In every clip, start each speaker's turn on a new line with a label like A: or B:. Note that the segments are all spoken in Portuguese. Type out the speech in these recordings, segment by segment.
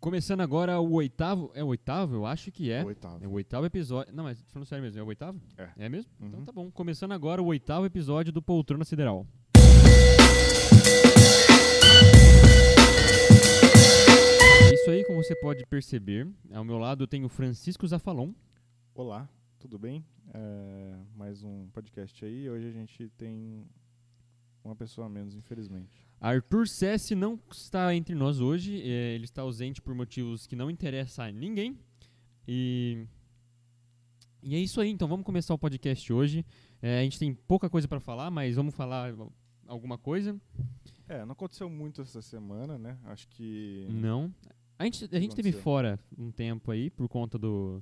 A: Começando agora o oitavo. É o oitavo? Eu acho que é.
B: O oitavo.
A: É o oitavo episódio. Não, mas falando sério mesmo, é o oitavo?
B: É.
A: É mesmo? Então
B: Uhum.
A: tá bom. Começando agora o oitavo episódio do Poltrona Sideral. É isso aí, como você pode perceber. Ao meu lado eu tenho Francisco Zafalon.
B: Olá, tudo bem? É, mais um podcast aí. Hoje a gente tem uma pessoa a menos, infelizmente.
A: Arthur Sessi não está entre nós hoje. é, ele está ausente por motivos que não interessam a ninguém. E. E é isso aí, então vamos começar o podcast hoje. É, a gente tem pouca coisa para falar, mas vamos falar alguma coisa.
B: É, não aconteceu muito essa semana, né? Acho que.
A: Não. A gente, a gente teve
B: aconteceu?
A: fora um tempo aí, por conta do.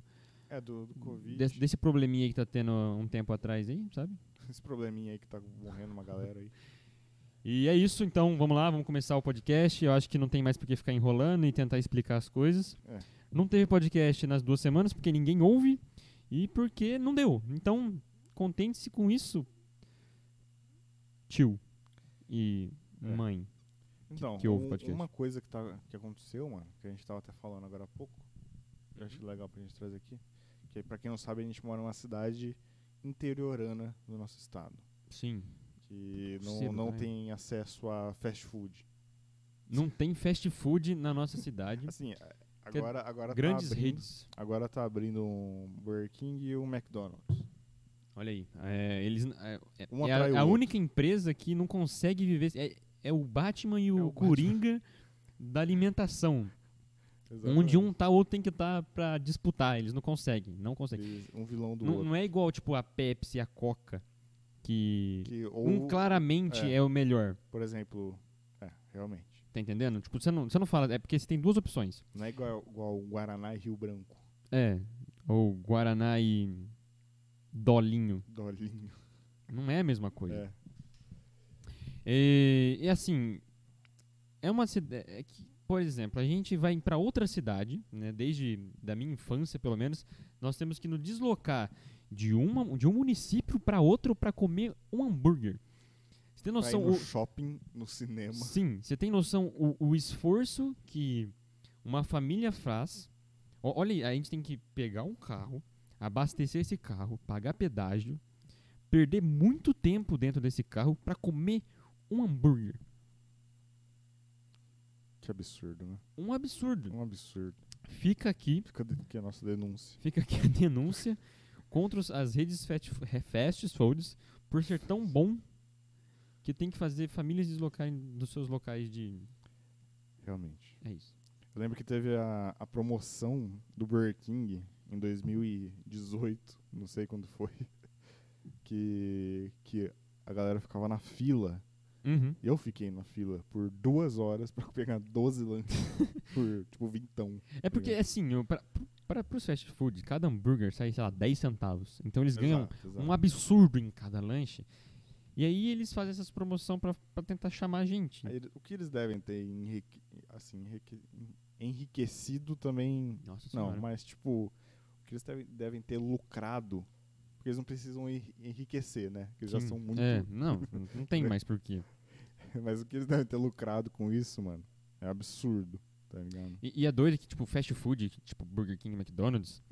B: É, do, do Covid.
A: des- desse probleminha aí que tá tendo um tempo atrás aí, sabe?
B: Esse probleminha aí que tá morrendo uma galera aí.
A: E é isso, então vamos lá, vamos começar o podcast. Eu acho que não tem mais por que ficar enrolando e tentar explicar as coisas.
B: É.
A: Não teve podcast nas duas semanas, porque ninguém ouve e porque não deu. Então, contente-se com isso, tio e
B: É.
A: mãe.
B: Então,
A: que houve,
B: um-
A: podcast?
B: uma coisa que, tá, que aconteceu, mano, que a gente tava até falando agora há pouco, eu acho legal pra gente trazer aqui, que é, pra quem não sabe, a gente mora numa cidade interiorana do nosso estado,
A: Sim.
B: que não,
A: Cedo
B: não
A: também.
B: tem acesso a fast food.
A: Não tem fast food na nossa cidade.
B: Assim, a-
A: Que é
B: agora, agora
A: Grandes
B: tá abrindo,
A: redes.
B: Agora tá abrindo um Burger King e um McDonald's.
A: Olha aí. É, eles, n- é, é-
B: Um
A: é
B: atrai o
A: a, a
B: outro.
A: única empresa que não consegue viver. É, é o Batman e o,
B: o Batman.
A: Coringa da alimentação. Onde um tá, o outro tem que estar tá pra disputar. Eles não conseguem. Não conseguem.
B: Eles- um vilão do
A: Não,
B: outro.
A: não é igual, tipo, a Pepsi e a Coca. Que,
B: Que, ou,
A: um claramente é.
B: é.
A: o melhor.
B: por exemplo, é, realmente.
A: Tá entendendo? Tipo, você não, você não fala. É porque você tem duas opções.
B: Não é igual, igual o Guaraná e Rio Branco.
A: É. Ou Guaraná e. Dolinho.
B: Dolinho.
A: Não é a mesma coisa.
B: É.
A: E, e assim, é uma cidade que, por exemplo, a gente vai para outra cidade, né, desde da minha infância, pelo menos, nós temos que nos deslocar de, uma, de um município para outro para comer um hambúrguer. Você tem
B: Pra ir
A: noção?
B: tá no
A: o-
B: shopping, no cinema.
A: sim, você tem noção o, o esforço que uma família faz. O- olha, aí, a gente tem que pegar um carro, abastecer esse carro, pagar pedágio, perder muito tempo dentro desse carro para comer um hambúrguer.
B: Que absurdo, né?
A: Um absurdo.
B: Um absurdo.
A: Fica aqui,
B: Fica de- aqui a nossa denúncia.
A: fica aqui a denúncia contra os- as redes fat- eh, fast foods por ser tão bom que tem que fazer famílias deslocarem dos seus locais de.
B: Realmente.
A: É isso.
B: Eu lembro que teve a, a promoção do Burger King em 2018, não sei quando foi, que, que a galera ficava na fila. Eu fiquei na fila por duas horas pra pegar 12 lanches por, tipo, vintão.
A: É porque, assim, eu- pra, pra, pros fast food, cada hambúrguer sai, sei lá, 10 centavos. Então eles ganham
B: Exato, exato.
A: um absurdo em cada lanche. E aí eles fazem essas promoção pra, pra tentar chamar a gente.
B: Aí, o que eles devem ter enrique- assim, enrique- enriquecido também
A: Nossa
B: Não,
A: senhora.
B: mas tipo, o que eles devem, devem ter lucrado, porque eles não precisam enri- enriquecer, né? Porque eles já
A: Sim.
B: são muito.
A: É, não, não tem mais porquê.
B: Mas o que eles devem ter lucrado com isso, mano, é absurdo, tá ligado?
A: E, e é doido que, tipo, fast food, tipo Burger King, McDonald's,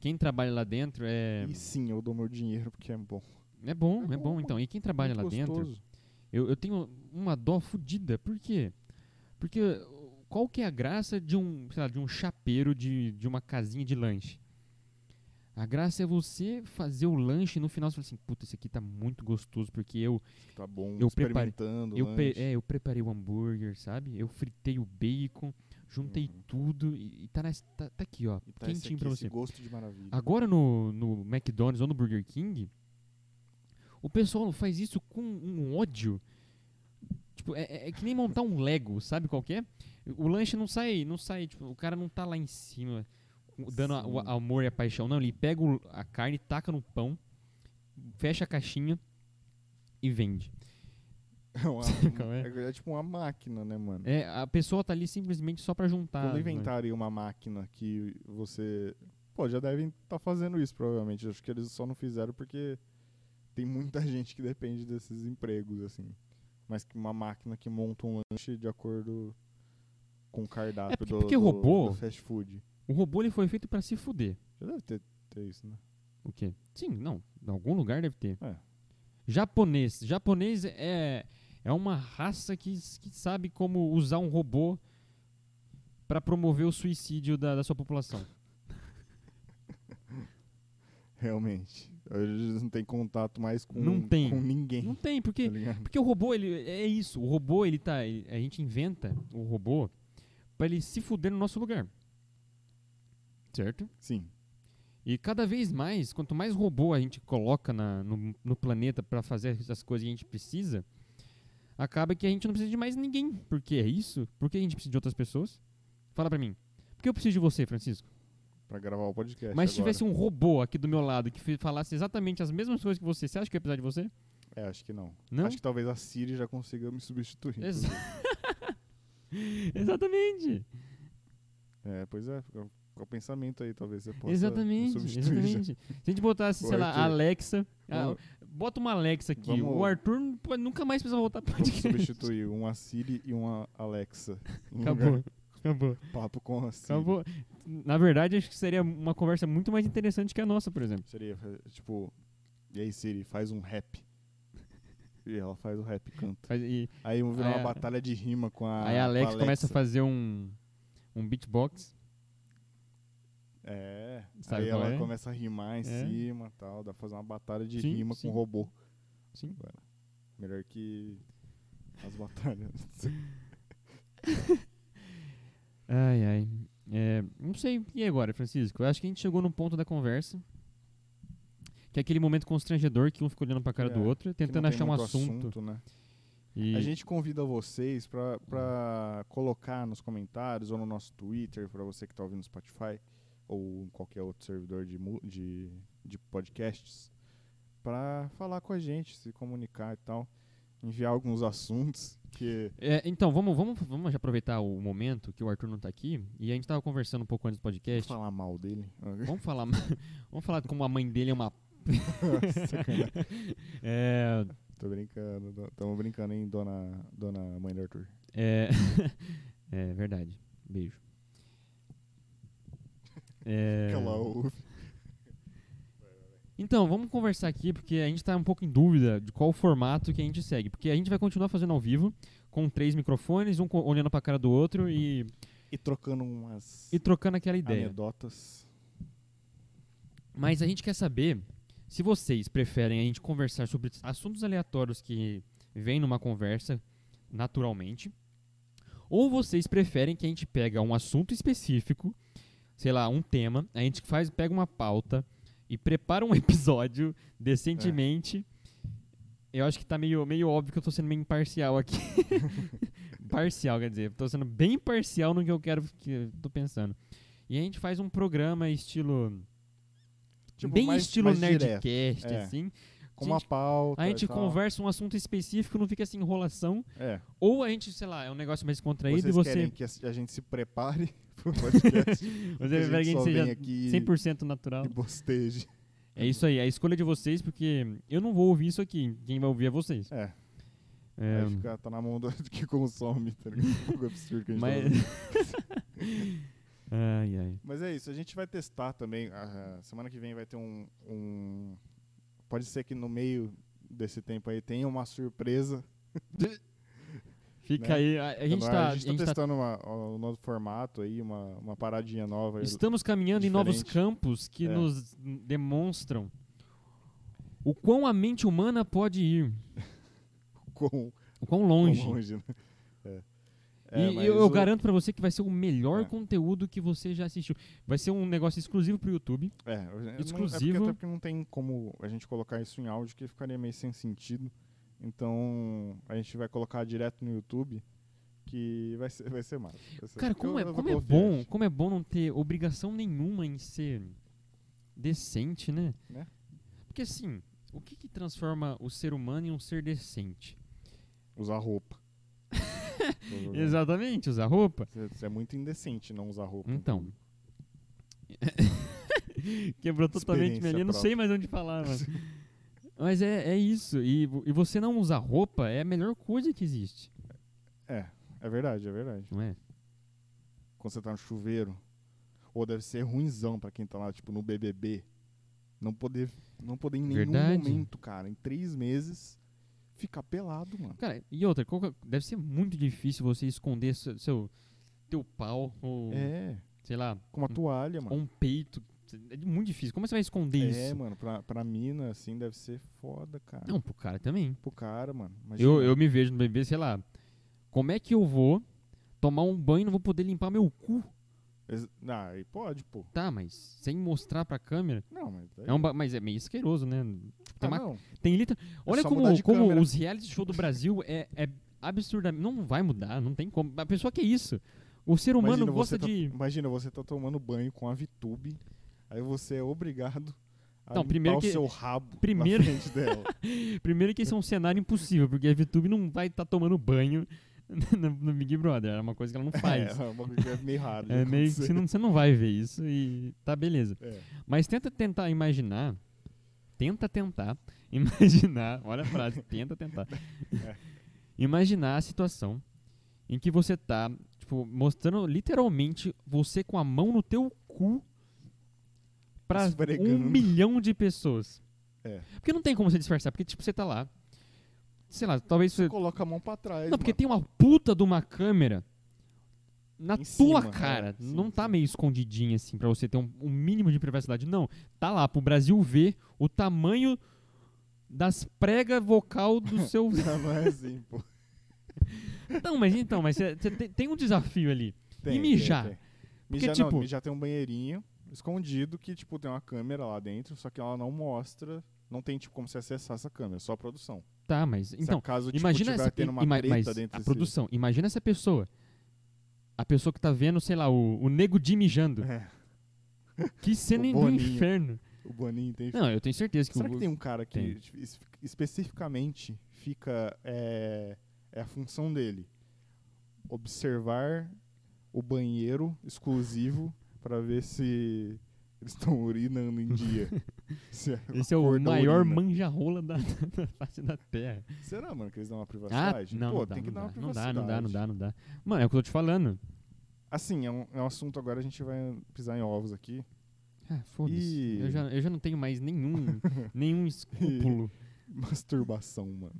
A: quem trabalha lá dentro é.
B: E sim, eu dou meu dinheiro porque é bom.
A: É bom,
B: É
A: é bom
B: bom.
A: então. E quem trabalha lá
B: Muito
A: dentro,
B: gostoso.
A: eu, eu tenho uma dó fudida Por quê? Porque uh, qual que é a graça de um, sei lá, de um chapeiro de, de uma casinha de lanche? A graça é você fazer o lanche e no final você fala assim, puta, esse aqui tá muito gostoso, porque eu
B: Tá bom,
A: eu preparei-
B: experimentando.
A: eu, pre-
B: lanche.
A: é, eu preparei o hambúrguer, sabe? Eu fritei o bacon, juntei
B: Uhum.
A: tudo e, e tá, nas- tá- tá aqui, ó,
B: E tá esse,
A: quentinho
B: aqui,
A: pra
B: esse
A: você. Ah,
B: gosto de maravilha.
A: Agora no, no McDonald's ou no Burger King, o pessoal faz isso com um ódio. Tipo, é, é- é que nem montar um Lego, sabe qual que é? O lanche não sai, não sai, tipo, o cara não tá lá em cima o- dando a- o
B: Sim.
A: amor e a paixão, não. Ele pega o- a carne, taca no pão, fecha a caixinha e vende.
B: É, uma-
A: qual é?
B: é- é tipo uma máquina, né, mano?
A: É, a pessoa tá ali simplesmente só pra juntar.
B: Quando
A: né?
B: inventarem uma máquina que você. Pô, já devem estar fazendo isso, provavelmente. Acho que eles só não fizeram porque tem muita gente que depende desses empregos, assim. Mas que uma máquina que monta um lanche de acordo com o cardápio
A: É porque-
B: do,
A: porque
B: do-
A: robô-
B: do fast food.
A: O robô ele foi feito pra se fuder.
B: Já deve ter, ter isso, né?
A: O quê? Sim, não. Em algum lugar deve ter.
B: É.
A: Japonês. Japonês é, é uma raça que, s- que sabe como usar um robô pra promover o suicídio da, da sua população.
B: Realmente. Eles não têm contato mais com,
A: Não tem.
B: com ninguém.
A: Não tem,
B: tá
A: porque,
B: ligado?
A: porque o robô, ele é isso. O robô, ele tá. ele- a gente inventa o robô pra ele se fuder no nosso lugar. Certo?
B: Sim.
A: E cada vez mais, quanto mais robô a gente coloca na- no, no planeta para fazer as coisas que a gente precisa, acaba que a gente não precisa de mais ninguém. Por que é isso? Por que a gente precisa de outras pessoas? Fala pra mim. Por que eu preciso de você, Francisco?
B: Pra gravar o podcast.
A: Mas se
B: agora.
A: tivesse um robô aqui do meu lado que fi- falasse exatamente as mesmas coisas que você, você acha que eu ia precisar de você?
B: É, acho que não.
A: um Não?
B: Acho que talvez a Siri já consiga me substituir.
A: Ex- exatamente.
B: É, pois é. Fica fica o pensamento aí, talvez você possa me
A: exatamente.
B: substituir. né? já.
A: Exatamente. Se a gente botasse,
B: O
A: sei lá,
B: Arthur.
A: Alexa. ah,
B: Vamos-
A: bota uma Alexa aqui.
B: Vamos-
A: O Arthur não pode- nunca mais precisa voltar pra
B: Vamos substituir uma Siri e uma Alexa. Um
A: Acabou. Acabou.
B: Papo com a Siri.
A: Acabou. Na verdade, acho que seria uma conversa muito mais interessante que a nossa, por exemplo.
B: Seria, fa- tipo, e aí Siri, faz um rap. E ela faz o rap e canta.
A: Faz- E,
B: Aí vamos virar
A: Aí
B: uma
A: a-
B: batalha de rima com a.
A: aí a
B: Ah, com
A: Alex começa a fazer um, um beatbox.
B: É.
A: Sabe
B: aí
A: qual
B: ela
A: é?
B: começa a rimar em
A: É.
B: cima tal. Dá pra fazer uma batalha de
A: Sim,
B: rima
A: sim.
B: com robô.
A: Sim.
B: Melhor que as batalhas.
A: Ai, ai. É, não sei. E agora, Francisco? Eu acho que a gente chegou num ponto da conversa. Que é aquele momento constrangedor que um fica olhando pra cara do
B: É,
A: outro,
B: que
A: tentando
B: não tem
A: achar um
B: muito
A: assunto.
B: né?
A: e
B: A gente convida vocês pra, pra colocar nos comentários ou no nosso Twitter, pra você que tá ouvindo no Spotify ou em qualquer outro servidor de, mu- de, de podcasts, pra falar com a gente, se comunicar e tal. Enviar alguns assuntos que.
A: É, então, vamos, vamos, vamos já aproveitar o momento que o Arthur não tá aqui. E a gente tava conversando um pouco antes do
B: Vou
A: podcast.
B: falar mal dele.
A: Vamos falar, vamos falar como a mãe dele é uma.
B: Sacanagem.
A: É,
B: Tô brincando, do- tamo brincando, hein, dona, dona mãe do Arthur.
A: É, é verdade. Beijo. É,
B: Que ela ouve.
A: Então, vamos conversar aqui, porque a gente tá um pouco em dúvida de qual formato que a gente segue. Porque a gente vai continuar fazendo ao vivo, com três microfones, um co- olhando pra cara do outro e,
B: E trocando umas
A: e trocando aquela
B: Ah,
A: ideia.
B: anedotas.
A: Mas a gente quer saber se vocês preferem a gente conversar sobre assuntos aleatórios que vêm numa conversa naturalmente, ou vocês preferem que a gente pega um assunto específico, sei lá, um tema, a gente faz, pega uma pauta e prepara um episódio decentemente. Eu acho que tá meio, meio óbvio que eu tô sendo meio imparcial aqui. parcial, quer dizer, tô sendo bem parcial no que eu quero, que eu tô pensando. E a gente faz um programa estilo
B: Tipo,
A: bem
B: mais-
A: estilo
B: mais direto.
A: nerdcast,
B: é. tá.
A: assim.
B: Com uma pauta.
A: A gente
B: e tal.
A: conversa um assunto específico, não fica essa enrolação.
B: É.
A: Ou a gente, sei lá, é um negócio mais contraído e
B: Vocês
A: você.
B: querem que a gente se prepare pro podcast?
A: você
B: a gente
A: prefere que a gente
B: só
A: seja
B: vem aqui Tipo,
A: 100% natural.
B: e bosteje.
A: É isso aí, é a escolha de vocês, porque eu não vou ouvir isso aqui. Quem vai ouvir é vocês.
B: É,
A: É,
B: aí fica, tá na mão do que consome, tá ligado? Um pouco absurdo que a gente tá
A: mas.
B: fazendo.
A: ai, ai.
B: Mas é isso, a gente vai testar também. a- a semana que vem vai ter um, um- Pode ser que no meio desse tempo aí tenha uma surpresa.
A: Fica
B: Né?
A: aí. A, a gente
B: Então,
A: tá.
B: a gente tá
A: a gente tá-
B: testando uma- um novo formato aí, uma, uma paradinha nova. aí.
A: Estamos caminhando em novos
B: Diferente.
A: campos que
B: É.
A: nos demonstram o quão a mente humana pode ir,
B: com,
A: o quão
B: com
A: longe.
B: longe, né? É. É,
A: E
B: mas
A: eu, eu
B: o-
A: garanto pra você que vai ser o melhor
B: É.
A: conteúdo que você já assistiu. Vai ser um negócio exclusivo pro YouTube.
B: É, eu- eu não- é porque-
A: Exclusivo.
B: até porque não tem como a gente colocar isso em áudio, que ficaria meio sem sentido. Então, a gente vai colocar direto no YouTube, que vai ser, vai ser massa. vai ser-
A: Cara,
B: porque eu-
A: como é,
B: eu tô
A: como é bom,
B: confiante,
A: como é bom não ter obrigação nenhuma em ser decente, né?
B: Né?
A: Porque assim, o que, que transforma o ser humano em um ser decente?
B: Usar roupa. Provavelmente.
A: Exatamente, usar roupa.
B: Você- você é muito indecente não usar roupa.
A: Então. Quebrou totalmente minha
B: Experiência
A: linha, não sei mais onde falar, mano. Mas é, é isso. E, vo- e você não usar roupa é a melhor coisa que existe,
B: É, é verdade, é verdade.
A: não é?
B: quando você tá no chuveiro. Ou deve ser ruinzão pra quem tá lá, tipo, no BBB. Não poder, não poder em nenhum
A: Verdade.
B: momento, cara, em três meses, ficar pelado, mano.
A: Cara, e outra, qual que é- deve ser muito difícil você esconder seu, seu teu pau ou
B: É,
A: sei lá,
B: com uma
A: Hum.
B: toalha, mano.
A: ou um peito. É muito difícil. Como você vai esconder
B: É,
A: isso?
B: mano, pra, pra mina, assim, deve ser foda, cara.
A: Não, pro cara também.
B: Pro cara, mano. imagina.
A: Eu, eu me vejo no bebê, sei lá. Como é que eu vou tomar um banho e não vou poder limpar meu cu?
B: Ex- Ah, e pode, pô.
A: Tá, mas sem mostrar pra câmera.
B: Não, mas... daí-
A: É um ba- mas é meio asqueroso, né? Tipo, tem,
B: Ah,
A: uma-
B: não.
A: tem liter- Olha
B: É só mudar
A: como,
B: de
A: como
B: câmera.
A: os reality show do Brasil é, é absurdamente. Não vai mudar, não tem como. A pessoa que é isso. O ser humano
B: Imagina
A: gosta
B: você tá-
A: de.
B: Imagina, você tá tomando banho com a Vitube, aí você é obrigado a
A: Não,
B: limpar
A: primeiro
B: o
A: que-
B: seu rabo
A: primeiro-
B: na frente dela.
A: Primeiro que esse é um cenário impossível, porque a VTube não vai estar tomando banho no, no Big Brother. É uma coisa que ela não faz.
B: É, é uma coisa que é meio raro. de
A: É, meio que
B: acontecer.
A: você não, você não vai ver isso e tá beleza.
B: É.
A: Mas tenta tentar imaginar. Tenta tentar imaginar. Olha a frase, tenta tentar. imaginar a situação em que você tá, tipo, mostrando literalmente você com a mão no teu cu pra
B: Esfregando.
A: um milhão de pessoas.
B: É.
A: Porque não tem como você disfarçar, porque tipo, você tá lá. Sei lá, talvez você.
B: É. Coloca a mão pra trás.
A: Não, porque
B: mano.
A: tem uma puta de uma câmera na
B: Em
A: tua
B: cima,
A: cara.
B: é, sim,
A: não tá
B: sim.
A: meio escondidinha assim pra você ter um, um mínimo de privacidade. Não, tá lá pro Brasil ver o tamanho das pregas vocal do seu.
B: Não, não é assim, pô.
A: não, mas então, mas cê- cê tem, tem um desafio ali.
B: Tem,
A: E mijar?
B: Tem, tem. Mijar,
A: tipo-
B: não, mijar tem um banheirinho escondido que, tipo, tem uma câmera lá dentro, só que ela não mostra, não tem, tipo, como você acessar essa câmera, só a produção.
A: Tá, mas
B: Se
A: então,
B: acaso, tipo,
A: imagina
B: tiver
A: essa
B: tendo uma
A: ima-
B: treta
A: mas
B: dentro
A: a
B: desse-
A: produção, imagina essa pessoa. A pessoa que tá vendo, sei lá, o, o nego de mijando.
B: É,
A: Que cena
B: O
A: do
B: Boninho.
A: inferno.
B: o Boninho tem...
A: Não, eu tenho certeza que
B: Será
A: o
B: que tem um cara que
A: tem.
B: tipo, es- especificamente fica... É, é a função dele. Observar o banheiro exclusivo pra ver se eles estão urinando em dia. Se a
A: Esse é o
B: cor da
A: maior
B: urina.
A: manjarrola da, da face da Terra.
B: Será, mano, que eles dão uma
A: Ah,
B: privacidade?
A: não,
B: Pô,
A: não, dá,
B: tem que dar
A: não,
B: uma
A: dá, não dá,
B: privacidade.
A: não dá, não dá, não dá. Mano, é o que eu tô te falando.
B: Assim, é um, é um assunto agora, a gente vai pisar em ovos aqui.
A: Ah, foda-se.
B: E-
A: Eu, já, eu já não tenho mais nenhum, nenhum escrúpulo.
B: Masturbação, mano.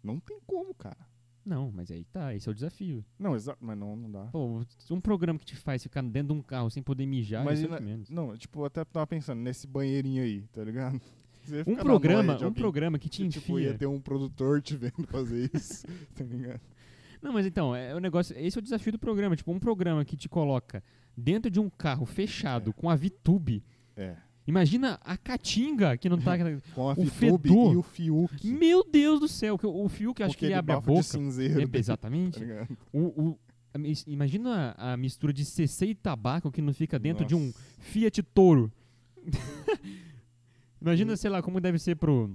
B: Não tem como, cara.
A: Não, mas aí tá, esse é o desafio.
B: Não, exato, mas não, não dá.
A: Pô, um programa que te faz ficar dentro de um carro sem poder mijar, isso é o
B: Imagina-
A: que menos.
B: Não, tipo, eu até tava pensando nesse banheirinho aí, tá ligado? Você ia
A: Um
B: ficar na
A: programa,
B: noia de
A: um
B: alguém
A: programa que te
B: que, Tipo, ia
A: enfia.
B: ter um produtor te vendo fazer isso, tá ligado?
A: Não, mas então, é o negócio, esse é o desafio do programa, tipo, um programa que te coloca dentro de um carro fechado
B: É.
A: com a VTube.
B: É.
A: Imagina a Caatinga que não tá
B: Com a
A: O
B: Fitube
A: fedor.
B: e o Fiuk.
A: Meu Deus do céu, que o o Fiuk
B: com
A: acho que ele
B: aquele
A: abre a
B: bafo
A: boca.
B: De cinzeiro
A: É,
B: dele, tá
A: exatamente.
B: ligado?
A: O- o- a mis- imagina a, a mistura de CC e tabaco que não fica dentro de um Fiat Toro. imagina, sei lá, como deve ser pro.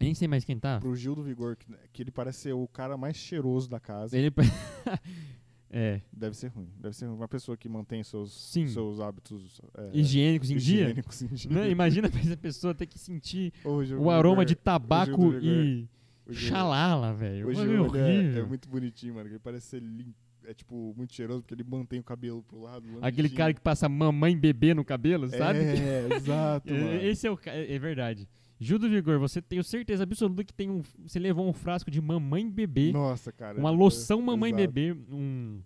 A: Eu nem sei mais quem tá.
B: Pro Gil do Vigor, que, né, que ele parece ser o cara mais cheiroso da casa.
A: Ele. é.
B: Deve ser ruim. Deve ser ruim. Uma pessoa que mantém seus,
A: Sim.
B: seus hábitos é,
A: Higiênicos em dia.
B: higiênicos em dia.
A: Né? Imagina pra essa pessoa ter que sentir
B: Ô, Gil
A: o
B: Vigor,
A: aroma de
B: o
A: tabaco
B: Gil do
A: e
B: Gil-
A: xalala, velho.
B: o
A: Uma
B: Gil,
A: coisa
B: ele é- é,
A: horrível.
B: muito bonitinho, mano. que Ele parece ser limpo. É, tipo, muito cheiroso, porque ele mantém o cabelo pro lado. né?
A: Aquele cara que passa mamãe bebê no cabelo, sabe?
B: É, exato,
A: É,
B: mano.
A: Esse é o ca- é é verdade. Gil do Vigor, você tem certeza absoluta que tem um, você levou um frasco de mamãe bebê,
B: Nossa, cara.
A: uma
B: é-
A: loção mamãe
B: exato.
A: bebê, um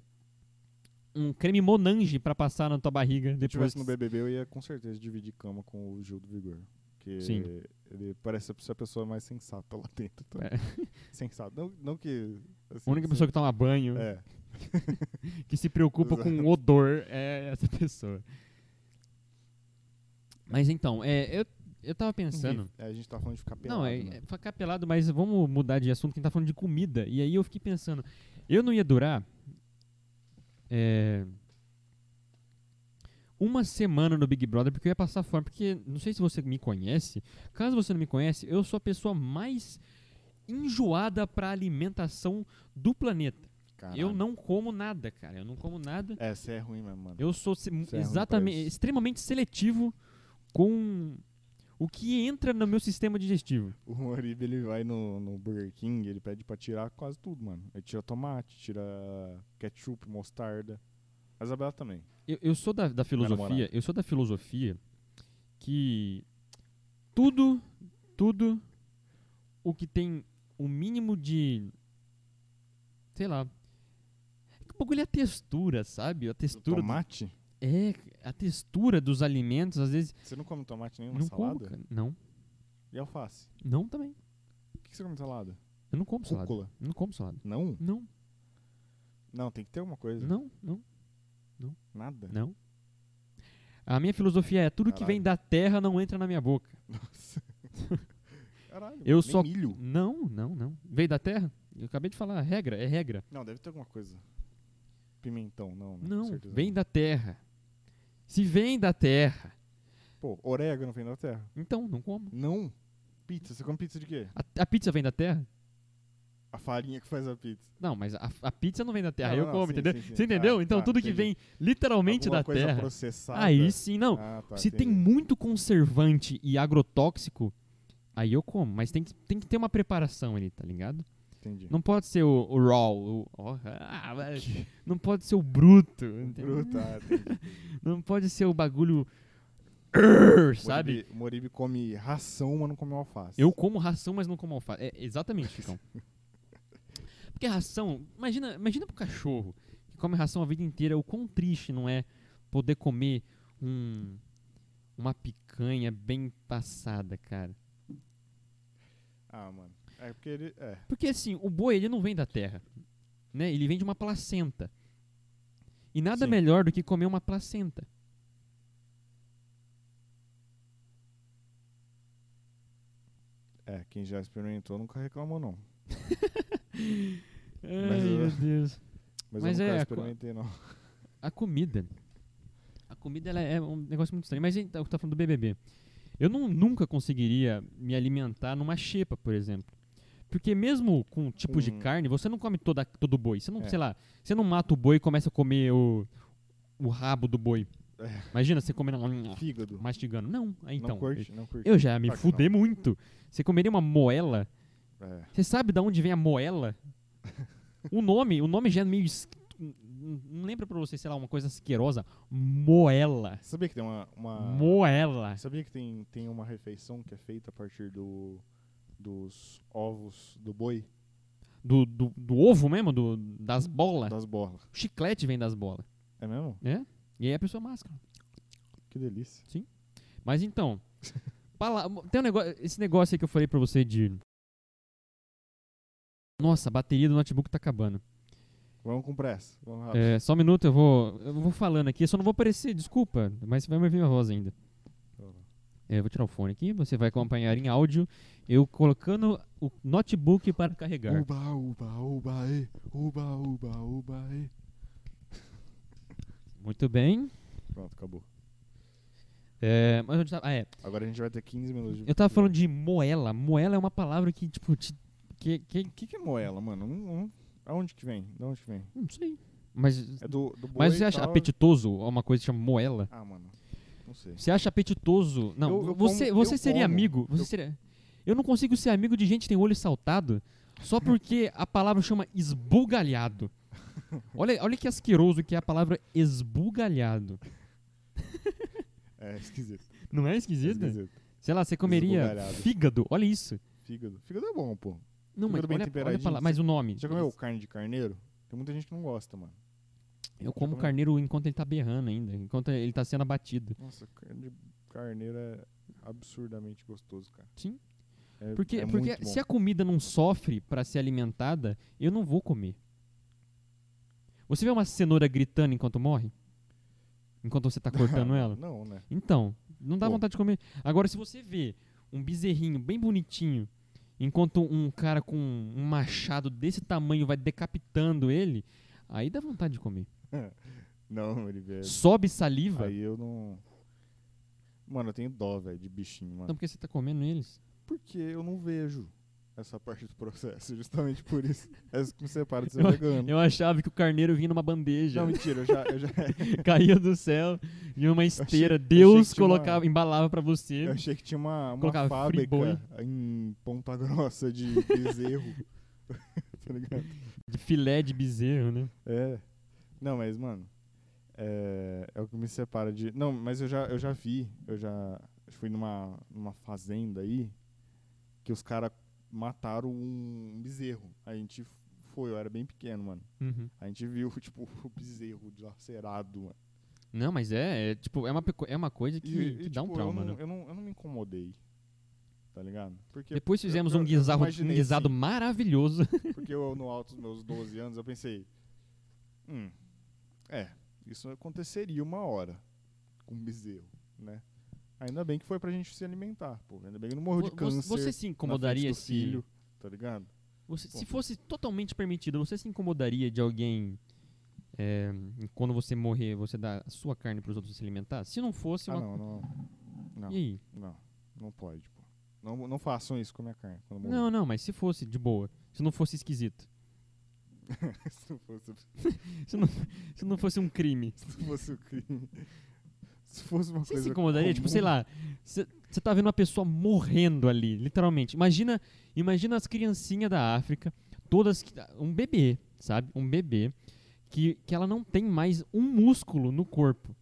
A: um creme Monange pra passar na tua barriga
B: Se eu
A: depois.
B: tivesse no BBB, eu ia com certeza dividir cama com o Gil do Vigor. Porque
A: Sim.
B: ele parece ser a pessoa mais sensata lá dentro. Então.
A: É.
B: Sensata. Não, não que... assim,
A: A única
B: sim.
A: pessoa que tá toma banho,
B: É,
A: que se preocupa com
B: Exato.
A: odor é essa pessoa. Mas então, é, eu eu tava pensando,
B: É, a gente tá falando de ficar pelado.
A: Não, é,
B: né?
A: é ficar pelado, mas vamos mudar de assunto, que a gente tá falando de comida. E aí eu fiquei pensando, eu não ia durar é, uma semana no Big Brother, porque eu ia passar fome. Porque, não sei se você me conhece, caso você não me conhece, eu sou a pessoa mais enjoada pra alimentação do planeta.
B: Caralho.
A: Eu não como nada, cara, eu não como nada.
B: É, você é ruim mesmo, mano.
A: Eu sou se-
B: pra
A: exatamente,
B: isso.
A: extremamente seletivo com o que entra no meu sistema digestivo.
B: O Moribe, ele vai no, no Burger King, ele pede pra tirar quase tudo, mano. Ele tira tomate, tira ketchup, mostarda. A Isabela também.
A: Eu, eu sou da, da filosofia,
B: namorada.
A: eu sou da filosofia que tudo, tudo o que tem o mínimo de sei lá, que bagulho é a textura, sabe? A textura do-
B: Tomate?
A: é a textura dos alimentos, às vezes
B: Você não come tomate nem na
A: não
B: salada?
A: como, cara. não,
B: E alface?
A: não também.
B: O que que você come na salada?
A: Eu não como salada.
B: Rúcula.
A: Não como salada.
B: Não?
A: Não,
B: Não, tem que ter alguma coisa.
A: não, não,
B: Nada?
A: não. A minha filosofia é tudo que vem da terra não entra na minha boca.
B: Nossa. Caralho.
A: Eu
B: nem
A: só-
B: milho?
A: Não, não, não. Veio da terra? Eu acabei de falar, regra, é regra.
B: Não, deve ter alguma coisa. Pimentão, não. né? Com
A: Não,
B: certeza
A: vem
B: não.
A: da terra. Se vem da terra,
B: Pô, orégano vem da terra.
A: então não como.
B: Não. Pizza, você come pizza de quê?
A: A, a pizza vem da terra?
B: A farinha que faz a pizza.
A: Não, mas a, a pizza não vem da terra,
B: Não,
A: eu
B: não,
A: como,
B: sim,
A: entendeu?
B: sim, sim.
A: Você entendeu?
B: Tá,
A: então
B: tá,
A: tudo que
B: entendi.
A: vem literalmente
B: alguma
A: da
B: coisa
A: terra.
B: processada.
A: Aí sim, não.
B: Ah, tá,
A: Se tem
B: entendi.
A: muito conservante e agrotóxico, aí eu como. Mas tem que, tem que ter uma preparação ali, tá ligado?
B: Entendi.
A: Não pode ser o, o raw, o- ó, ah, mas não pode ser o bruto, entendeu?
B: Bruto, ah, entendi.
A: não pode ser o bagulho, sabe?
B: Moribe, Moribe come ração, mas não come alface.
A: Eu como ração, mas não como alface. É, exatamente, Chicão. Porque ração, imagina, imagina pro cachorro que come ração a vida inteira, o quão triste não é poder comer um uma picanha bem passada, cara.
B: Ah, mano. É porque ele. É.
A: Porque assim, o boi ele não vem da terra, né? Ele vem de uma placenta. E nada
B: Sim.
A: melhor do que comer uma placenta.
B: É, quem já experimentou nunca reclamou, não.
A: Ai,
B: Mas eu-
A: meu Deus.
B: Mas,
A: Mas
B: eu nunca
A: é, a co-
B: experimentei, não.
A: A comida. A comida ela é um negócio muito estranho. Mas a gente tá- tá falando do BBB. Eu não, nunca conseguiria me alimentar numa xepa, por exemplo. Porque mesmo com tipos de
B: Hum.
A: carne, você não come toda, todo o boi. Você não,
B: É.
A: sei lá, você não mata o boi e começa a comer o, o rabo do boi.
B: É.
A: Imagina você comendo um-
B: Fígado.
A: mastigando. Não, aí então.
B: não curte, não curte.
A: Eu já me
B: Claro que
A: fudei muito. Você comeria uma moela?
B: É.
A: Você sabe de onde vem a moela? o nome, o nome já é meio es- n- n- não lembra pra você, sei lá, uma coisa asquerosa. Moela.
B: Sabia que tem uma. uma...
A: Moela.
B: Sabia que tem, tem uma refeição que é feita a partir do, dos ovos do boi?
A: Do, do, do ovo mesmo, do, das bolas.
B: Das bolas.
A: O chiclete vem das bolas.
B: É mesmo?
A: É? E aí a pessoa masca.
B: Que delícia.
A: Mas então, pala- tem um negócio, esse negócio aí que eu falei pra você de Nossa, a bateria do notebook tá acabando.
B: Vamos com pressa. Vamos rápido.
A: É, só um minuto, eu vou, eu vou falando aqui. Eu só não vou aparecer, desculpa, mas você vai me ouvir minha voz ainda. É, eu vou tirar o fone aqui, você vai acompanhar em áudio eu colocando o notebook para carregar.
B: Uba, uba, uba, e. Uba, uba, uba, e.
A: Muito bem.
B: Pronto, acabou.
A: É, mas onde tá- ah, é.
B: Agora a gente vai ter 15 minutos de.
A: Eu tava falando de moela. Moela é uma palavra que, tipo, te- que, que-
B: O que, que é moela, mano? Não- não- Aonde que vem? De onde que vem?
A: não sei. Mas,
B: É do, do boi
A: mas você
B: e
A: acha
B: tal.
A: apetitoso uma coisa que chama moela?
B: Ah, mano. Não sei.
A: Você acha apetitoso? Não,
B: Eu- eu
A: você,
B: como-
A: você
B: eu
A: seria
B: como.
A: amigo. Você
B: Eu-
A: seria. Eu não consigo ser amigo de gente que tem olho saltado só porque a palavra chama esbugalhado. Olha, olha que asqueroso que é a palavra esbugalhado.
B: É esquisito.
A: Não é
B: é
A: esquisito?
B: esquisito.
A: Sei lá, você comeria
B: Esbugalhado.
A: fígado, olha isso.
B: Fígado. Fígado é bom, pô.
A: Não, mas
B: Fígado bem
A: olha, olha
B: temperadinho,
A: pra lá, mas o nome.
B: Já comeu carne de carneiro? Tem muita gente que não gosta, mano.
A: Eu como
B: comeu?
A: carneiro enquanto ele tá berrando ainda, enquanto ele tá sendo abatido.
B: Nossa, carne de carneiro é absurdamente gostoso, cara.
A: Sim.
B: É-
A: Porque,
B: é
A: porque
B: muito bom.
A: se a comida não sofre pra ser alimentada, eu não vou comer. Você vê uma cenoura gritando enquanto morre? Enquanto você tá cortando ela?
B: Não, né?
A: Então, não dá
B: Pô.
A: vontade de comer. Agora, se você vê um bezerrinho bem bonitinho, enquanto um cara com um machado desse tamanho vai decapitando ele, aí dá vontade de comer.
B: Não, ele é...
A: Sobe saliva.
B: Aí eu não. Mano, eu tenho dó, velho, de bichinho, mano.
A: Não, porque você tá comendo eles.
B: Porque eu não vejo essa parte do processo, justamente por isso. É isso que me separa de ser
A: Eu-
B: vegano.
A: Eu achava que o carneiro vinha numa bandeja,
B: Não, mentira, eu já. Eu, já
A: caía do céu e uma esteira.
B: achei que
A: Deus
B: tinha uma-
A: colocava, embalava pra você.
B: eu achei que tinha uma, uma
A: Colocava
B: fábrica
A: Friboi.
B: em Ponta Grossa de bezerro. tá ligado?
A: De filé de bezerro, né?
B: É. Não, mas, mano, É, é o que me separa de. Não, mas eu já, eu já vi, eu já fui numa, numa fazenda aí que os caras mataram um bezerro. A gente foi, eu era bem pequeno, mano.
A: Uhum.
B: A gente viu, tipo, o bezerro dilacerado, mano.
A: Não, mas é, é, tipo, é uma, peco- é uma coisa que,
B: E- e,
A: que dá um
B: tipo,
A: trauma,
B: eu não,
A: né?
B: eu, não, eu não me incomodei. Tá ligado? Porque,
A: Depois fizemos
B: eu-
A: um
B: eu- eu
A: guisado, um
B: imaginei,
A: guisado
B: assim.
A: maravilhoso.
B: porque eu, no alto dos meus 12 anos, eu pensei. Hum, é, isso aconteceria uma hora com um bezerro, né? Ainda bem que foi pra gente se alimentar, pô. Ainda bem que não morreu de
A: Vo-
B: câncer.
A: você se
B: na frente
A: incomodaria
B: do
A: se.
B: filho, tá ligado?
A: Você-
B: Pô.
A: se fosse totalmente permitido, você se incomodaria de alguém é, quando você morrer, você dar a sua carne para os outros se alimentar? Se não fosse,
B: Ah,
A: uma...
B: não, não. Não,
A: e aí?
B: não. Não pode, pô. Não, não façam isso com a minha carne. Quando eu morrer.
A: Não, não, mas se fosse de boa, se não fosse esquisito,
B: se não fosse,
A: se não, se não fosse um crime,
B: se não fosse o crime. Se fosse uma
A: você
B: coisa.
A: se incomodaria? Tipo, sei
B: comum,
A: lá, você tá vendo uma pessoa morrendo ali, literalmente. Imagina, imagina as criancinhas da África, todas que- um bebê, sabe? Um bebê que, que ela não tem mais um músculo no corpo.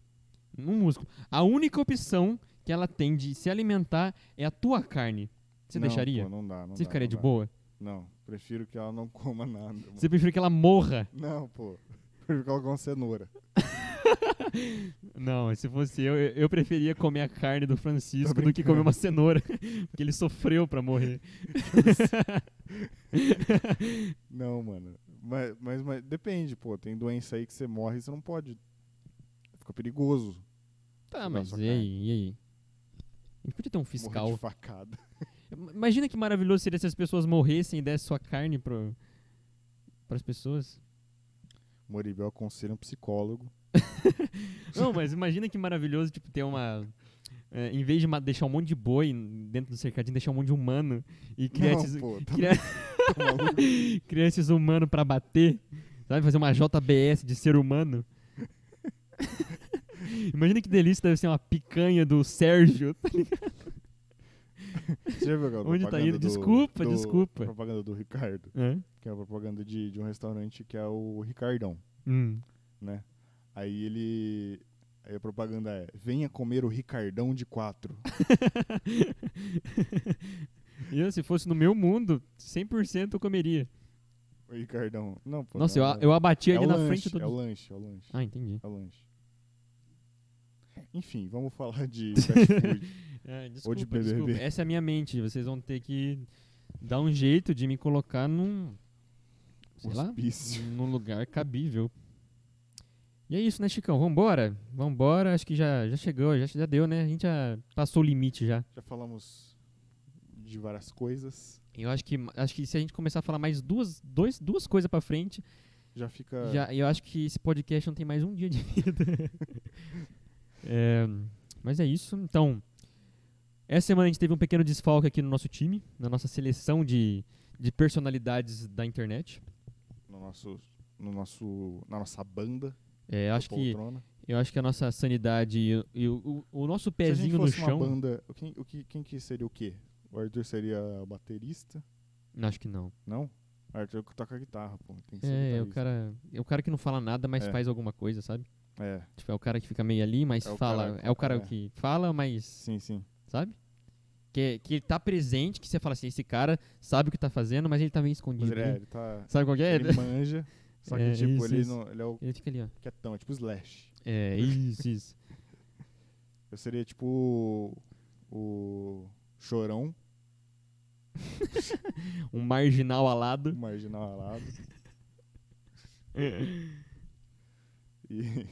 A: Um músculo. A única opção que ela tem de se alimentar é a tua carne. Você
B: Não,
A: deixaria?
B: pô, não dá, não
A: Você
B: dá,
A: ficaria
B: não
A: de
B: dá.
A: boa?
B: Não, prefiro que ela não coma nada. mano.
A: Você prefere que ela morra?
B: Não, pô. Prefiro que ela coma cenoura.
A: Não, se fosse eu, eu eu preferia comer a carne do Francisco
B: Tô
A: do que comer
B: brincando.
A: uma cenoura, porque ele sofreu pra morrer.
B: Não, mano. Mas, mas, mas depende, pô. Tem doença aí que você morre e você não pode. Fica perigoso.
A: Tá,
B: Jogar
A: mas
B: sua
A: e
B: carne.
A: aí, e aí? A gente podia ter um
B: Morrer
A: fiscal.
B: de facada.
A: Imagina que maravilhoso seria se as pessoas morressem e dessem sua carne pro, pras pessoas.
B: Moribel aconselha um psicólogo.
A: Não, mas imagina que maravilhoso, tipo, ter uma... é, em vez de ma- deixar um monte de boi dentro do cercadinho, deixar um monte de humano e criar
B: não,
A: esses,
B: pô. Tá
A: criar-
B: tá maluco?
A: criar esses humanos pra bater. Sabe, fazer uma JBS de ser humano. imagina que delícia deve ser uma picanha do Sérgio.
B: Você já viu aquela
A: Onde tá
B: propaganda
A: indo?
B: do-
A: Desculpa,
B: do-
A: desculpa.
B: propaganda do Ricardo,
A: Hã?
B: que é a propaganda de, de um restaurante que é o Ricardão,
A: Hum.
B: né? Aí ele... Aí a propaganda é, venha comer o Ricardão de quatro.
A: E eu, se fosse no meu mundo, 100% eu comeria.
B: O Ricardão. Não, pô,
A: Nossa, eu,
B: não,
A: a-
B: não.
A: eu abati
B: é
A: ali
B: o
A: na
B: lanche,
A: frente do.
B: É o lanche, é o lanche,
A: Ah, entendi.
B: é o lanche. Enfim, vamos falar de fast food.
A: É, desculpa,
B: de BBB.
A: desculpa. Essa é a minha mente. Vocês vão ter que dar um jeito de me colocar num. Sei lá.
B: Hospício.
A: Num lugar cabível. E é isso, né, Chicão? Vambora? Vambora, acho que já, já chegou, já, já deu, né? A gente já passou o limite já.
B: Já falamos de várias coisas.
A: Eu acho que, acho que se a gente começar a falar mais duas, dois, duas coisas pra frente,
B: Já fica...
A: Já, eu acho que esse podcast não tem mais um dia de vida. É, mas é isso. Então, essa semana a gente teve um pequeno desfalque aqui no nosso time, na nossa seleção de, de personalidades da internet.
B: No nosso, no nosso, na nossa banda.
A: É, acho que,
B: poltrona.
A: eu acho que a nossa sanidade e, o- e o, o nosso
B: Se a gente
A: pezinho no
B: fosse uma
A: chão.
B: banda, o quem, o que, quem que seria o quê? O Arthur seria baterista?
A: Não, acho que não.
B: Não? O Arthur que toca guitarra, pô. Tem que ser
A: É, é o
B: guitarrista.
A: cara, é o cara que não fala nada, mas
B: É.
A: faz alguma coisa, sabe?
B: É,
A: Tipo, é o cara que fica meio ali, mas
B: É o
A: fala.
B: cara-
A: é o cara
B: é.
A: que fala, mas
B: sim, sim.
A: sabe? Que, que ele tá presente, que você fala assim, esse cara sabe o que tá fazendo, mas ele tá meio escondido.
B: Mas ele, é,
A: né?
B: ele tá.
A: Sabe qual que é?
B: Ele manja. Só que,
A: É,
B: tipo,
A: isso,
B: ele,
A: isso.
B: Não, ele é o
A: Ele fica ali, ó.
B: quietão, é tipo Slash.
A: É, isso, isso.
B: Eu seria, tipo, o. Chorão,
A: Um marginal
B: o
A: alado.
B: marginal alado. E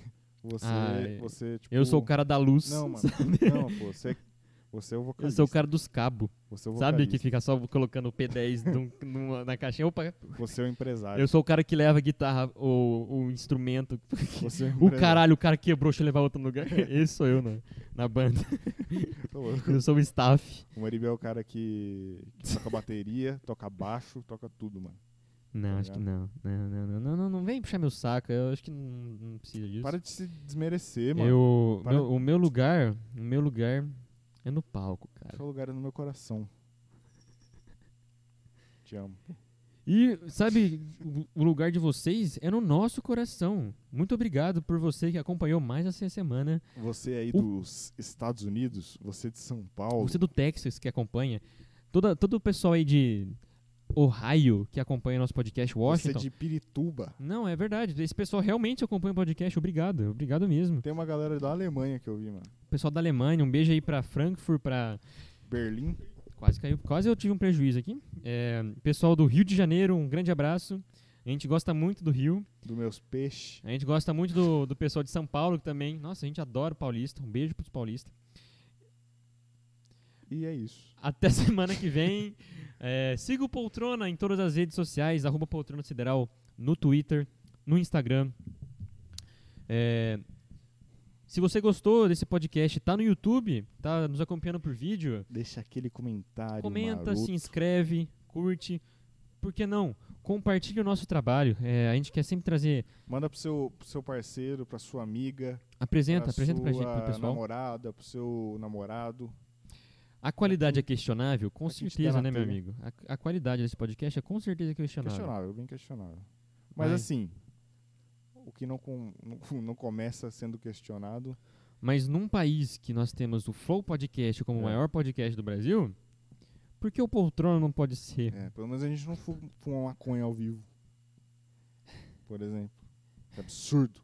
B: você,
A: Ah, é.
B: você, tipo.
A: Eu sou o cara da luz.
B: Não, mano. Não, pô, você, você é o
A: Eu
B: vocalista.
A: sou o cara dos cabos.
B: Você é o
A: Sabe que
B: vocalista,
A: fica só colocando o P10 num- numa- na caixinha? Opa,
B: Você é o empresário.
A: eu sou o cara que leva a guitarra ou o instrumento.
B: Você é
A: O
B: empresário.
A: caralho, o cara quebrou, deixa eu levar outro no lugar. Esse sou eu na, na banda.
B: Tô louco.
A: Eu sou o staff.
B: O Maribel é o cara que, que toca bateria, toca baixo, toca tudo, mano.
A: Não,
B: Tá
A: acho que
B: ligado?
A: não. Não, não, não, não, não, não vem puxar meu saco. Eu acho que não, não precisa disso.
B: Para de se desmerecer, mano.
A: Eu,
B: Para-
A: meu- o meu lugar, o meu lugar é no palco, cara.
B: Seu lugar é no meu coração. Te amo.
A: E, sabe, o lugar de vocês é no nosso coração. Muito obrigado por você que acompanhou mais essa semana.
B: Você aí
A: O-
B: dos Estados Unidos, você de São Paulo.
A: Você do Texas que acompanha. Toda, todo o pessoal aí de Ohio que acompanha nosso podcast,
B: Você
A: Washington.
B: de Pirituba.
A: Não, é verdade. Esse pessoal realmente acompanha o podcast. Obrigado, obrigado mesmo.
B: Tem uma galera da Alemanha que eu vi, mano.
A: O pessoal da Alemanha, um beijo aí pra Frankfurt, pra.
B: Berlim.
A: Quase caiu, quase eu tive um prejuízo aqui. É, pessoal do Rio de Janeiro, um grande abraço. A gente gosta muito do Rio.
B: dos meus peixes.
A: A gente gosta muito do, do pessoal de São Paulo que também. Nossa, a gente adora o paulista. Um beijo pros paulistas.
B: E é isso.
A: Até semana que vem. É, siga o Poltrona em todas as redes sociais, arroba Poltrona Sideral no Twitter, no Instagram. É, se você gostou desse podcast, tá no YouTube, tá nos acompanhando por vídeo,
B: Deixa aquele comentário.
A: comenta,
B: maroto.
A: se inscreve, curte. Por que não? Compartilha o nosso trabalho. É, a gente quer sempre trazer.
B: Manda pro seu, pro seu parceiro, pra sua amiga.
A: Apresenta,
B: pra
A: apresenta pra
B: sua
A: gente, pro pessoal.
B: namorada, pro seu namorado.
A: A qualidade é questionável? Com
B: Aqui te dá
A: certeza,
B: na
A: né, meu
B: telha.
A: amigo? A, a qualidade desse podcast é com certeza questionável.
B: Questionável, bem questionável. Mas
A: Vai.
B: assim, o que não, com, não, não começa sendo questionado,
A: Mas num país que nós temos o Flow Podcast como o
B: É.
A: maior podcast do Brasil, por que o Poltrona não pode ser?
B: é, pelo menos a gente não fu- fuma maconha ao vivo. Por exemplo. É absurdo.